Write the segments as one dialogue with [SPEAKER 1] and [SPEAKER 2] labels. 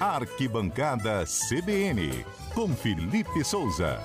[SPEAKER 1] Arquibancada CBN, com Felipe Souza.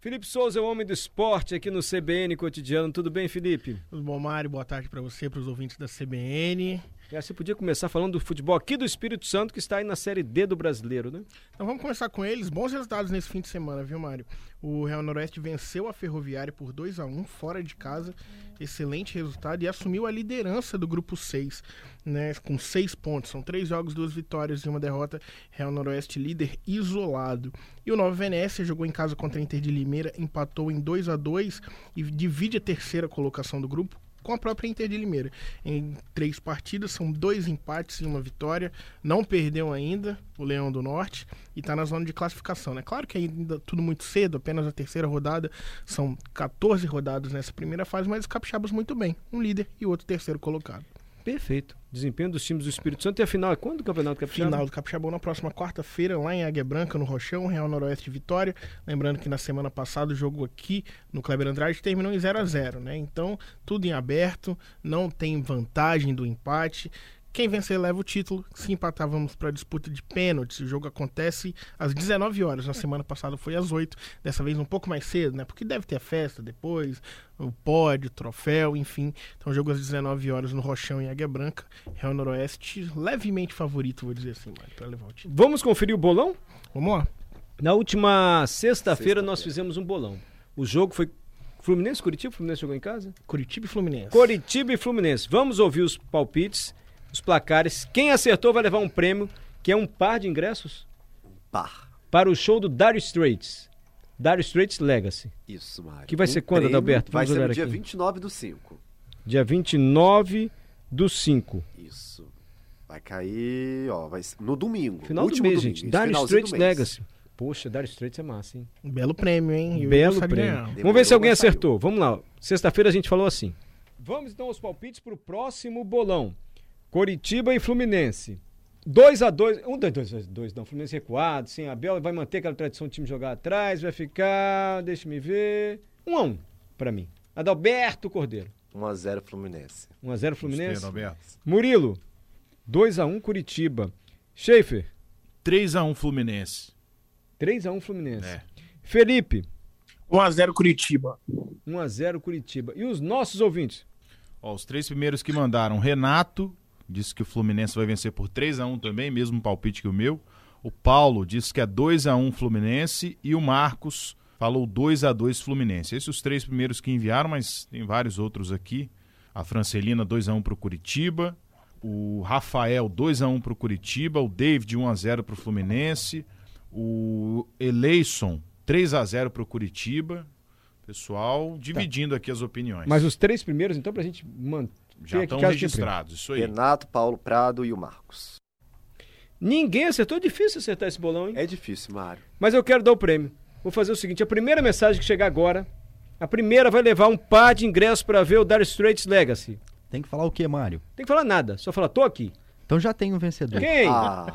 [SPEAKER 2] Felipe Souza é o homem do esporte aqui no CBN Cotidiano. Tudo bem, Felipe?
[SPEAKER 3] Tudo bom, Mário? Boa tarde para você, para os ouvintes da CBN.
[SPEAKER 2] É, você podia começar falando do futebol aqui do Espírito Santo, que está aí na Série D do Brasileiro, né?
[SPEAKER 3] Então vamos começar com eles. Bons resultados nesse fim de semana, viu, Mário? O Real Noroeste venceu a Ferroviária por 2 a 1 fora de casa. Excelente resultado e assumiu a liderança do grupo 6, né? Com 6 pontos. São três jogos, duas vitórias e uma derrota. Real Noroeste líder isolado. E o Nova Venécia jogou em casa contra a Inter de Limeira, empatou em 2 a 2 e divide a terceira colocação do grupo com a própria Inter de Limeira. Em três partidas, são dois empates e uma vitória. Não perdeu ainda o Leão do Norte e está na zona de classificação. Né? Claro que ainda tudo muito cedo, apenas a terceira rodada. São 14 rodadas nessa primeira fase, mas os capixabas muito bem. Um líder e outro terceiro colocado.
[SPEAKER 2] Perfeito. Desempenho dos times do Espírito Santo. E a final é quando o Campeonato Capixaba?
[SPEAKER 3] Final do Capixabão na próxima quarta-feira, lá em Águia Branca, no Rochão, Real Noroeste Vitória. Lembrando que na semana passada o jogo aqui no Kleber Andrade terminou em 0 a 0 né? Então, tudo em aberto, não tem vantagem do empate. Quem vencer leva o título. Se empatar, vamos para a disputa de pênaltis. O jogo acontece às 19 horas. Na semana passada foi às 8. Dessa vez um pouco mais cedo, né? Porque deve ter a festa depois, o pódio, o troféu, enfim. Então, jogo às 19 horas no Rochão em Águia Branca. Real Noroeste, levemente favorito, vou dizer assim, para levar o título.
[SPEAKER 2] Vamos conferir o bolão?
[SPEAKER 3] Vamos lá.
[SPEAKER 2] Na última sexta-feira nós fizemos um bolão. O jogo foi Fluminense Curitiba, Fluminense jogou em casa?
[SPEAKER 3] Curitiba e Fluminense.
[SPEAKER 2] Coritiba e Fluminense. Vamos ouvir os palpites, os placares. Quem acertou vai levar um prêmio, que é um par de ingressos
[SPEAKER 4] Par.
[SPEAKER 2] para o show do Dario Straits. Dario Straits Legacy.
[SPEAKER 4] Isso, Mário.
[SPEAKER 2] Que vai ser quando,
[SPEAKER 4] prêmio
[SPEAKER 2] Adalberto?
[SPEAKER 4] Vai
[SPEAKER 2] Vamos
[SPEAKER 4] ser
[SPEAKER 2] olhar
[SPEAKER 4] no dia
[SPEAKER 2] aqui.
[SPEAKER 4] 29 do 5.
[SPEAKER 2] Dia 29 do 5.
[SPEAKER 4] Isso. Vai cair, ó, vai ser no domingo.
[SPEAKER 2] Final
[SPEAKER 4] último
[SPEAKER 2] do mês,
[SPEAKER 4] domingo,
[SPEAKER 2] gente.
[SPEAKER 4] isso,
[SPEAKER 2] Dario
[SPEAKER 4] finalzinho do
[SPEAKER 2] Straits
[SPEAKER 4] mês.
[SPEAKER 2] Legacy. Poxa, Dario Straits é massa, hein?
[SPEAKER 3] Um belo prêmio, hein? Eu
[SPEAKER 2] Belo
[SPEAKER 3] gostaria de
[SPEAKER 2] prêmio.
[SPEAKER 3] ganhar.
[SPEAKER 2] Vamos ver se
[SPEAKER 4] Demorou,
[SPEAKER 2] alguém
[SPEAKER 4] mas saiu.
[SPEAKER 2] acertou. Vamos lá. Sexta-feira a gente falou assim. Vamos então aos palpites para o próximo bolão. Coritiba e Fluminense. 2 a 2 Um, dois, dois, dois, dois, não. Fluminense recuado, sem Abel. Vai manter aquela tradição do time jogar atrás. Vai ficar... Deixa-me ver... 1 um a 1 um, para mim. Adalberto Cordeiro.
[SPEAKER 4] 1x0 Fluminense.
[SPEAKER 2] 1 a 0 Fluminense.
[SPEAKER 5] Gostei, Adalberto.
[SPEAKER 2] Murilo. 2 a 1 Curitiba. Schaefer.
[SPEAKER 5] 3x1 Fluminense.
[SPEAKER 2] 3 a 1 Fluminense.
[SPEAKER 5] É.
[SPEAKER 2] Felipe.
[SPEAKER 6] 1x0 Curitiba.
[SPEAKER 2] 1 a 0 Curitiba. E os nossos ouvintes?
[SPEAKER 5] Ó, os três primeiros que mandaram. Renato disse que o Fluminense vai vencer por 3x1 também, mesmo palpite que o meu. O Paulo disse que é 2x1 Fluminense. E o Marcos falou 2x2 Fluminense. Esses os três primeiros que enviaram, mas tem vários outros aqui. A Francelina 2x1 pro Curitiba. O Rafael 2x1 pro Curitiba. O David 1x0 pro Fluminense. O Eleison 3x0 pro Curitiba. Pessoal, dividindo aqui as opiniões.
[SPEAKER 2] Mas os três primeiros, então, pra gente manter
[SPEAKER 5] Já
[SPEAKER 2] aqui
[SPEAKER 5] estão
[SPEAKER 2] caso de
[SPEAKER 5] registrados, isso aí.
[SPEAKER 4] Renato, Paulo Prado e o Marcos.
[SPEAKER 2] prêmio. Ninguém acertou, é difícil acertar esse bolão, hein?
[SPEAKER 4] É difícil, Mário.
[SPEAKER 2] Mas eu quero dar o prêmio. Vou fazer o seguinte: a primeira mensagem que chegar agora, a primeira vai levar um par de ingressos pra ver o Dire Straits Legacy.
[SPEAKER 7] Tem que falar o que, Mário?
[SPEAKER 2] Tem que falar nada, só falar, tô aqui.
[SPEAKER 7] Então já tem um vencedor.
[SPEAKER 2] Quem?
[SPEAKER 4] Ah,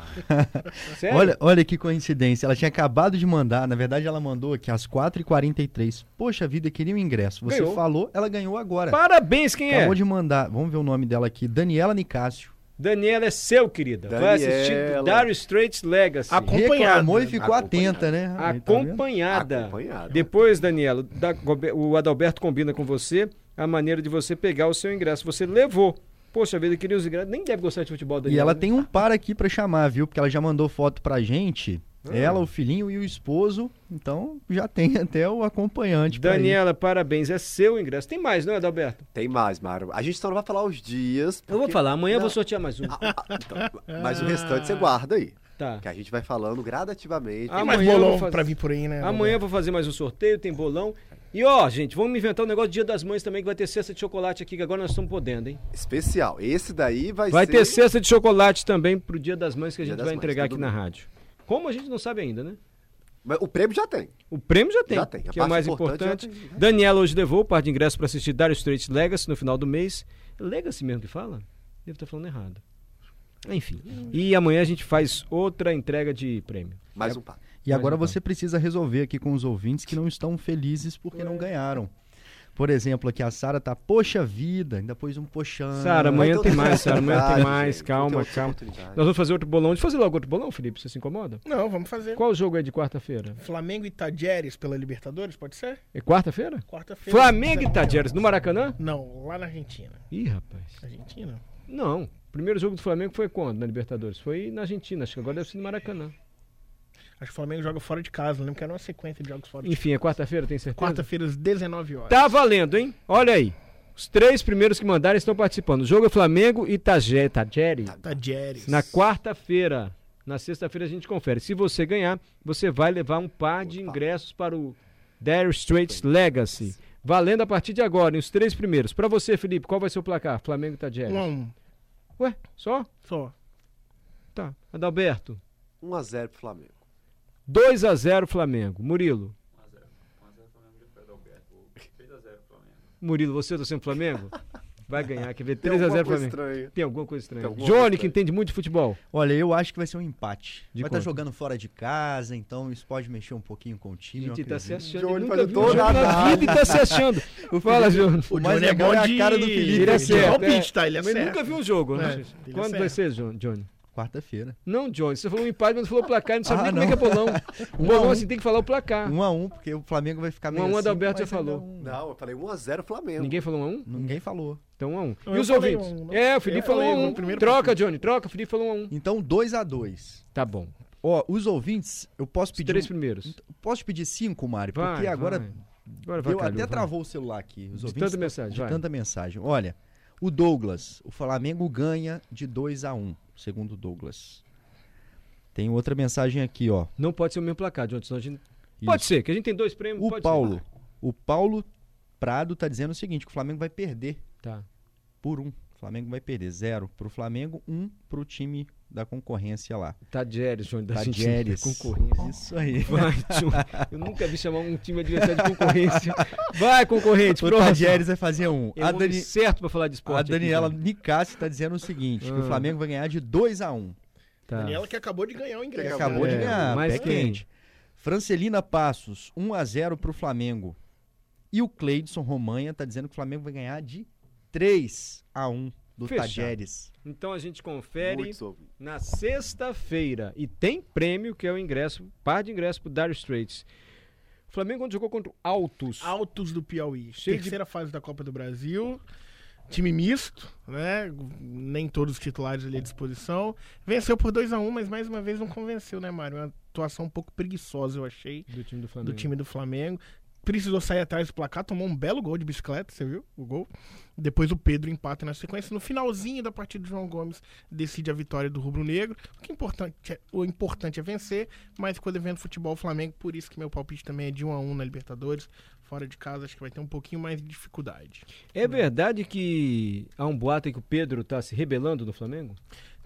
[SPEAKER 2] Sério?
[SPEAKER 7] Olha, olha que coincidência. Ela tinha acabado de mandar, na verdade, ela mandou aqui às 4h43. Poxa vida, queria um ingresso. Você
[SPEAKER 2] Ganhou.
[SPEAKER 7] falou, ela ganhou agora.
[SPEAKER 2] Parabéns, quem
[SPEAKER 7] Acabou
[SPEAKER 2] é?
[SPEAKER 7] de mandar. Vamos ver o nome dela aqui. Daniela Nicásio.
[SPEAKER 2] Daniela é seu, querida. Vai assistir
[SPEAKER 4] Daniela.
[SPEAKER 2] Dire Straits Legacy.
[SPEAKER 3] A- Acompanhada.
[SPEAKER 7] Reclamou e ficou
[SPEAKER 4] Acompanhada.
[SPEAKER 7] atenta, né? Aí, tá vendo?
[SPEAKER 2] Acompanhada.
[SPEAKER 4] Acompanhada.
[SPEAKER 2] Depois, Daniela, o da- o Adalberto combina com você a maneira de você pegar o seu ingresso. Você levou. Poxa vida, queria os ingressos. Nem deve gostar de futebol,
[SPEAKER 7] E
[SPEAKER 2] Daniela.
[SPEAKER 7] ela
[SPEAKER 2] né?
[SPEAKER 7] tem um par aqui pra chamar, viu? Porque ela já mandou foto pra gente.
[SPEAKER 2] Ah.
[SPEAKER 7] Ela, o filhinho e o esposo. Então já tem até o acompanhante. pra ir.
[SPEAKER 2] Daniela, parabéns. É seu ingresso. Tem mais, não é, Adalberto?
[SPEAKER 4] tem mais, Mário. A gente só não vai falar os dias.
[SPEAKER 2] Eu vou
[SPEAKER 4] porque-
[SPEAKER 2] falar. Amanhã eu
[SPEAKER 4] Não.
[SPEAKER 2] vou sortear mais um.
[SPEAKER 4] Ah, ah, então, mas o restante você guarda aí.
[SPEAKER 2] Tá.
[SPEAKER 4] Que a gente vai falando gradativamente.
[SPEAKER 2] Ah,
[SPEAKER 3] Tem mais
[SPEAKER 2] Amanhã eu vou
[SPEAKER 3] bolão
[SPEAKER 2] fazer.
[SPEAKER 3] pra vir por aí, né?
[SPEAKER 2] Amanhã eu vou fazer mais um sorteio, tem bolão. E ó, gente, vamos inventar um negócio de Dia das Mães também, que vai ter cesta de chocolate aqui, que agora nós estamos podendo, hein?
[SPEAKER 4] Especial. Esse daí vai,
[SPEAKER 2] Vai
[SPEAKER 4] ser.
[SPEAKER 2] ter cesta de chocolate também pro Dia das Mães que a
[SPEAKER 4] Dia
[SPEAKER 2] gente
[SPEAKER 4] das
[SPEAKER 2] vai
[SPEAKER 4] Mães,
[SPEAKER 2] entregar aqui
[SPEAKER 4] todo
[SPEAKER 2] na
[SPEAKER 4] mundo.
[SPEAKER 2] rádio. Como a gente não sabe ainda, né?
[SPEAKER 4] Mas o prêmio já tem.
[SPEAKER 2] O prêmio já tem,
[SPEAKER 4] Já tem. A
[SPEAKER 2] que é o
[SPEAKER 4] parte
[SPEAKER 2] mais importante.
[SPEAKER 4] importante já tem. né?
[SPEAKER 2] Daniela hoje levou o par de ingressos para assistir Dario Straits Legacy no final do mês. Legacy mesmo que fala? Devo estar falando errado. Enfim. E amanhã a gente faz outra entrega de prêmio.
[SPEAKER 4] Mais um par.
[SPEAKER 7] E agora você precisa resolver aqui com os ouvintes que não estão felizes porque não ganharam. Por exemplo, aqui a Sara tá, poxa vida, ainda pôs um poxão.
[SPEAKER 2] Sara, amanhã
[SPEAKER 4] Vai ter
[SPEAKER 2] tem mais,
[SPEAKER 4] outra
[SPEAKER 2] Sara, amanhã tem
[SPEAKER 4] oportunidade,
[SPEAKER 2] mais.
[SPEAKER 4] gente, vai ter
[SPEAKER 2] Calma,
[SPEAKER 4] outra
[SPEAKER 2] calma.
[SPEAKER 4] oportunidade.
[SPEAKER 2] Nós vamos fazer outro bolão. Deixa eu fazer logo outro bolão, Felipe, você se incomoda?
[SPEAKER 3] Não, vamos fazer.
[SPEAKER 2] Qual o jogo é de quarta-feira?
[SPEAKER 3] Flamengo e Tadieres pela Libertadores, pode ser?
[SPEAKER 2] É quarta-feira?
[SPEAKER 3] Quarta-feira.
[SPEAKER 2] Flamengo e
[SPEAKER 3] 19.
[SPEAKER 2] Tadieres, no Maracanã?
[SPEAKER 3] Não, lá na Argentina.
[SPEAKER 2] Ih, rapaz.
[SPEAKER 3] Argentina?
[SPEAKER 2] Não. O primeiro jogo do Flamengo foi quando, na Libertadores? Foi na Argentina, acho que agora deve ser no Maracanã.
[SPEAKER 3] Acho que o Flamengo joga fora de casa, não lembro que era uma sequência de jogos fora de casa.
[SPEAKER 2] Enfim, é quarta-feira, tem certeza?
[SPEAKER 3] Quarta-feira, às 19 horas.
[SPEAKER 2] Tá valendo, hein? Olha aí. Os três primeiros que mandarem estão participando. O jogo é Flamengo e Tagé- Tadjeri.
[SPEAKER 3] Tá, Tadieres.
[SPEAKER 2] Na quarta-feira. Na sexta-feira a gente confere. Se você ganhar, você vai levar um par de ingressos para o Dire Straits Legacy. Valendo a partir de agora, hein, os três primeiros. Pra você, Felipe, qual vai ser o placar? Flamengo e Tadjeri.
[SPEAKER 3] 1 a 1
[SPEAKER 2] Ué, só?
[SPEAKER 3] só.
[SPEAKER 2] Tá. Adalberto.
[SPEAKER 4] 1x0 pro Flamengo.
[SPEAKER 2] 2 a 0 Flamengo. Murilo. 1 a 0 Flamengo Murilo, você tá sendo Flamengo? Vai ganhar, quer ver? 3 a 0 Flamengo.
[SPEAKER 4] É um Estranho.
[SPEAKER 2] Tem alguma coisa estranha.
[SPEAKER 4] Tem alguma coisa
[SPEAKER 2] Johnny, que
[SPEAKER 4] estranha.
[SPEAKER 2] entende muito de futebol.
[SPEAKER 7] Olha, eu acho que vai ser um empate.
[SPEAKER 2] De
[SPEAKER 7] vai estar
[SPEAKER 2] quanto?
[SPEAKER 7] jogando fora de casa, então isso pode mexer um pouquinho com o time. eu
[SPEAKER 2] Gente, tá
[SPEAKER 7] acredito.
[SPEAKER 2] se achando.
[SPEAKER 4] Johnny
[SPEAKER 2] Ele nunca
[SPEAKER 4] fazendo
[SPEAKER 2] viu um jogo
[SPEAKER 4] toda a
[SPEAKER 2] na vida e tá se achando. Fala, Johnny.
[SPEAKER 7] O mais legal é a cara do Felipe.
[SPEAKER 2] Ele
[SPEAKER 3] é
[SPEAKER 2] acerta,
[SPEAKER 3] certo.
[SPEAKER 2] é.
[SPEAKER 3] tá? Ele
[SPEAKER 2] Mas
[SPEAKER 3] acerta.
[SPEAKER 2] nunca viu um jogo,
[SPEAKER 3] É,
[SPEAKER 2] né?
[SPEAKER 3] ele
[SPEAKER 2] Quando
[SPEAKER 3] acerta.
[SPEAKER 2] vai ser, John- Johnny?
[SPEAKER 7] Quarta-feira.
[SPEAKER 2] Não, Johnny. Você falou um empate, mas não falou placar. Não sabe nem
[SPEAKER 7] Ah, não.
[SPEAKER 2] como é que é bolão.
[SPEAKER 7] Um a
[SPEAKER 2] bolão,
[SPEAKER 7] um.
[SPEAKER 2] assim, tem que falar o placar.
[SPEAKER 7] Um a um, porque o Flamengo vai
[SPEAKER 2] Um
[SPEAKER 7] ficar
[SPEAKER 2] a
[SPEAKER 7] meio
[SPEAKER 2] um,
[SPEAKER 7] assim,
[SPEAKER 2] Adalberto
[SPEAKER 7] mas
[SPEAKER 2] já
[SPEAKER 7] ainda
[SPEAKER 2] falou.
[SPEAKER 7] um-
[SPEAKER 4] Não, eu falei 1x0 Flamengo.
[SPEAKER 2] Ninguém falou um a um?
[SPEAKER 7] Ninguém falou.
[SPEAKER 2] Então um a um.
[SPEAKER 3] Eu
[SPEAKER 2] e os
[SPEAKER 3] falei
[SPEAKER 2] ouvintes?
[SPEAKER 3] um, não?
[SPEAKER 2] é, o Felipe
[SPEAKER 3] Eu
[SPEAKER 2] falou um.
[SPEAKER 3] falei
[SPEAKER 2] a
[SPEAKER 3] um
[SPEAKER 2] um.
[SPEAKER 3] no primeiro
[SPEAKER 2] Troca,
[SPEAKER 3] partido.
[SPEAKER 2] Johnny. Troca. O Felipe falou um a um.
[SPEAKER 7] Então, 2 a 2
[SPEAKER 2] Tá bom.
[SPEAKER 7] Ó, os ouvintes, eu posso
[SPEAKER 2] Os
[SPEAKER 7] pedir.
[SPEAKER 2] três
[SPEAKER 7] um-
[SPEAKER 2] primeiros.
[SPEAKER 7] Posso te pedir cinco, Mário?
[SPEAKER 2] Então, Vai,
[SPEAKER 7] Porque agora
[SPEAKER 2] vai. Agora vai,
[SPEAKER 7] eu
[SPEAKER 2] Calil,
[SPEAKER 7] até
[SPEAKER 2] vai.
[SPEAKER 7] travou o celular aqui. Os
[SPEAKER 2] De
[SPEAKER 7] ouvintes tá?
[SPEAKER 2] tanta mensagem,
[SPEAKER 7] de
[SPEAKER 2] vai.
[SPEAKER 7] tanta mensagem. Olha, o Douglas, o Flamengo ganha de 2 a 1 segundo o Douglas. Tem outra mensagem aqui, ó.
[SPEAKER 2] Não pode ser o mesmo placar, Johnny. Senão a gente... Pode
[SPEAKER 7] Isso.
[SPEAKER 2] ser, que a gente tem dois prêmios.
[SPEAKER 7] O
[SPEAKER 2] pode ser.
[SPEAKER 7] Paulo, o Paulo Prado tá dizendo o seguinte, que o Flamengo vai perder
[SPEAKER 2] Tá.
[SPEAKER 7] por um. O Flamengo vai perder zero pro Flamengo, um pro time da concorrência lá.
[SPEAKER 2] Tadjeres, Tá Johnny,
[SPEAKER 7] Tá
[SPEAKER 2] da
[SPEAKER 7] Tadieres.
[SPEAKER 2] Argentina. Concorrência.
[SPEAKER 7] Isso aí.
[SPEAKER 2] Vai, Johnny. Eu nunca vi chamar um time adversário de concorrência. Vai, concorrente,
[SPEAKER 7] O
[SPEAKER 2] próximo.
[SPEAKER 7] Tadieres vai fazer um.
[SPEAKER 2] Eu
[SPEAKER 7] tá A,
[SPEAKER 2] vou
[SPEAKER 7] Dani-
[SPEAKER 2] certo pra falar de esporte.
[SPEAKER 7] a
[SPEAKER 2] aqui,
[SPEAKER 7] Daniela
[SPEAKER 2] Johnny.
[SPEAKER 7] Nicassi tá dizendo o seguinte, que
[SPEAKER 2] Ah.
[SPEAKER 7] o Flamengo vai ganhar de 2 a 1 um.
[SPEAKER 2] Tá.
[SPEAKER 3] Daniela é que acabou de ganhar o ingresso. né?
[SPEAKER 4] Que acabou
[SPEAKER 7] Acabou
[SPEAKER 2] É,
[SPEAKER 7] de ganhar,
[SPEAKER 2] mas
[SPEAKER 7] pé
[SPEAKER 2] quem?
[SPEAKER 7] quente. Francelina Passos, 1 a 0 pro Flamengo. E o Cleidson Romanha tá dizendo que o Flamengo vai ganhar de 3 a 1 do
[SPEAKER 2] Fechado.
[SPEAKER 7] Tajeres.
[SPEAKER 2] Então a gente confere
[SPEAKER 4] Muitos ouvintes.
[SPEAKER 2] na sexta-feira. E tem prêmio, que é o ingresso, par de ingresso pro Dire Straits. O Flamengo quando jogou contra o Altos.
[SPEAKER 3] é Altos do Piauí.
[SPEAKER 2] Cheio de-
[SPEAKER 3] Terceira fase da Copa do Brasil. Time misto, né? Nem todos os titulares ali à disposição. Venceu por 2 a 1 mas mais uma vez não convenceu, né, Mário? Uma atuação um pouco preguiçosa, eu achei,
[SPEAKER 2] Do time do Flamengo.
[SPEAKER 3] do time do Flamengo. Precisou sair atrás do placar, tomou um belo gol de bicicleta, você viu? O gol. Depois o Pedro empata na sequência. No finalzinho da partida, o João Gomes decide a vitória do Rubro Negro. O, que é importante é, o importante é vencer, mas ficou devendo futebol ao Flamengo, por isso que meu palpite também é de 1 a 1 na Libertadores. Fora de casa, acho que vai ter um pouquinho mais de dificuldade.
[SPEAKER 2] É verdade que há um boato aí que o Pedro tá se rebelando no Flamengo?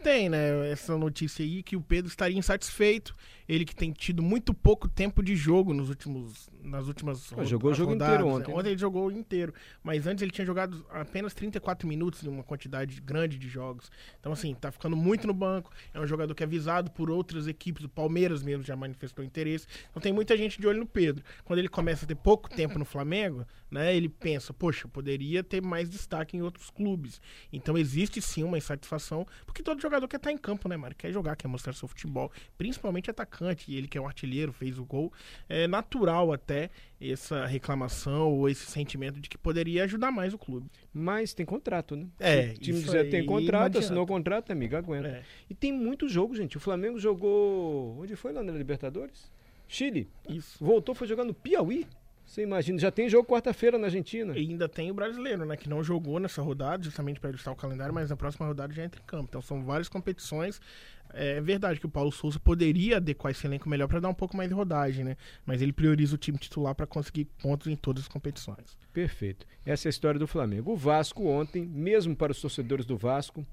[SPEAKER 3] Tem, né, essa notícia aí que o Pedro estaria insatisfeito. Ele que tem tido muito pouco tempo de jogo nos últimos, nas últimas
[SPEAKER 2] Pô,
[SPEAKER 3] ro-
[SPEAKER 2] jogou o jogo
[SPEAKER 3] rodadas,
[SPEAKER 2] inteiro
[SPEAKER 3] né?
[SPEAKER 2] ontem, né?
[SPEAKER 3] Ontem ele jogou o inteiro. Mas antes ele tinha jogado apenas 34 minutos em uma quantidade grande de jogos. Então, assim, tá ficando muito no banco. É um jogador que é visado por outras equipes. O Palmeiras mesmo já manifestou interesse. Então tem muita gente de olho no Pedro. Quando ele começa a ter pouco tempo no Flamengo, né? Ele pensa, poxa, eu poderia ter mais destaque em outros clubes. Então existe sim uma insatisfação, porque todo jogador quer estar em campo, né, Mário? Quer jogar, quer mostrar seu futebol, principalmente atacante, e ele que é um artilheiro, fez o gol. É natural até essa reclamação ou esse sentimento de que poderia ajudar mais o clube.
[SPEAKER 2] Mas tem contrato, né?
[SPEAKER 3] É,
[SPEAKER 2] Se o time
[SPEAKER 3] isso
[SPEAKER 2] quiser tem
[SPEAKER 3] aí
[SPEAKER 2] contrato,
[SPEAKER 3] não
[SPEAKER 2] assinou o contrato, amigo, aguenta.
[SPEAKER 3] É.
[SPEAKER 2] E tem muito jogo, gente. O Flamengo jogou. Onde foi lá na Libertadores? Chile.
[SPEAKER 3] Isso.
[SPEAKER 2] Voltou, foi jogar no Piauí. Você imagina, já tem jogo quarta-feira na Argentina.
[SPEAKER 3] E ainda tem o brasileiro, né? Que não jogou nessa rodada, justamente para ajustar o calendário, mas na próxima rodada já entra em campo. Então são várias competições. É verdade que o Paulo Souza poderia adequar esse elenco melhor para dar um pouco mais de rodagem, né? Mas ele prioriza o time titular para conseguir pontos em todas as competições.
[SPEAKER 2] Perfeito. Essa é a história do Flamengo. O Vasco ontem, mesmo para os torcedores do Vasco,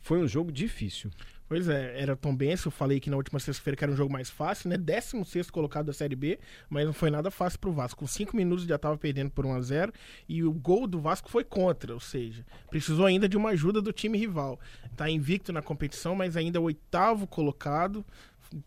[SPEAKER 2] foi um jogo difícil.
[SPEAKER 3] Pois é, era Tom Benz, eu falei que na última sexta-feira que era um jogo mais fácil, né? 16 colocado da Série B, mas não foi nada fácil pro Vasco. Com 5 minutos já tava perdendo por 1 a 0 e o gol do Vasco foi contra, ou seja, precisou ainda de uma ajuda do time rival. Tá invicto na competição, mas ainda é o oitavo colocado,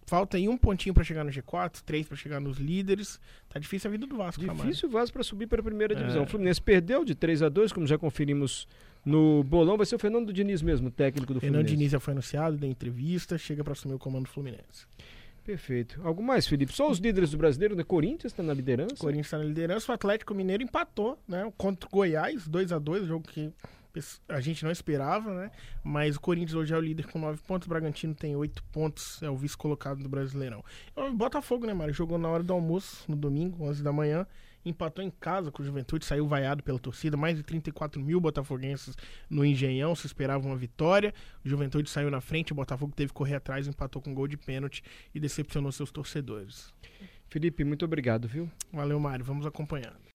[SPEAKER 3] Falta aí um pontinho pra chegar no G4, três pra chegar nos líderes. Tá difícil a vida do Vasco, Camargo.
[SPEAKER 2] Difícil o Vasco para subir para a
[SPEAKER 3] É.
[SPEAKER 2] primeira divisão. O Fluminense perdeu de 3 a 2 como já conferimos no bolão. Vai ser o Fernando Diniz mesmo, o técnico do
[SPEAKER 3] Fernando
[SPEAKER 2] Fluminense.
[SPEAKER 3] Diniz já foi anunciado, da entrevista, chega pra assumir o comando fluminense.
[SPEAKER 2] Perfeito. Algo mais, Felipe? Só os líderes do brasileiro, né? Corinthians está na liderança.
[SPEAKER 3] O Hum. Corinthians está na liderança, o Atlético Mineiro empatou, né? Contra o Goiás, 2 a 2 jogo que a gente não esperava, né? Mas o Corinthians hoje é o líder com 9 pontos, o Bragantino tem 8 pontos, é o vice-colocado do Brasileirão. O Botafogo, né, Mário? Jogou na hora do almoço, no domingo, 11 da manhã, empatou em casa com o Juventude, saiu vaiado pela torcida, mais de 34 mil botafoguenses no Engenhão, se esperava uma vitória, o Juventude saiu na frente, o Botafogo teve que correr atrás, empatou com um gol de pênalti e decepcionou seus torcedores.
[SPEAKER 2] Felipe, muito obrigado, viu?
[SPEAKER 3] Valeu, Mário, vamos acompanhando.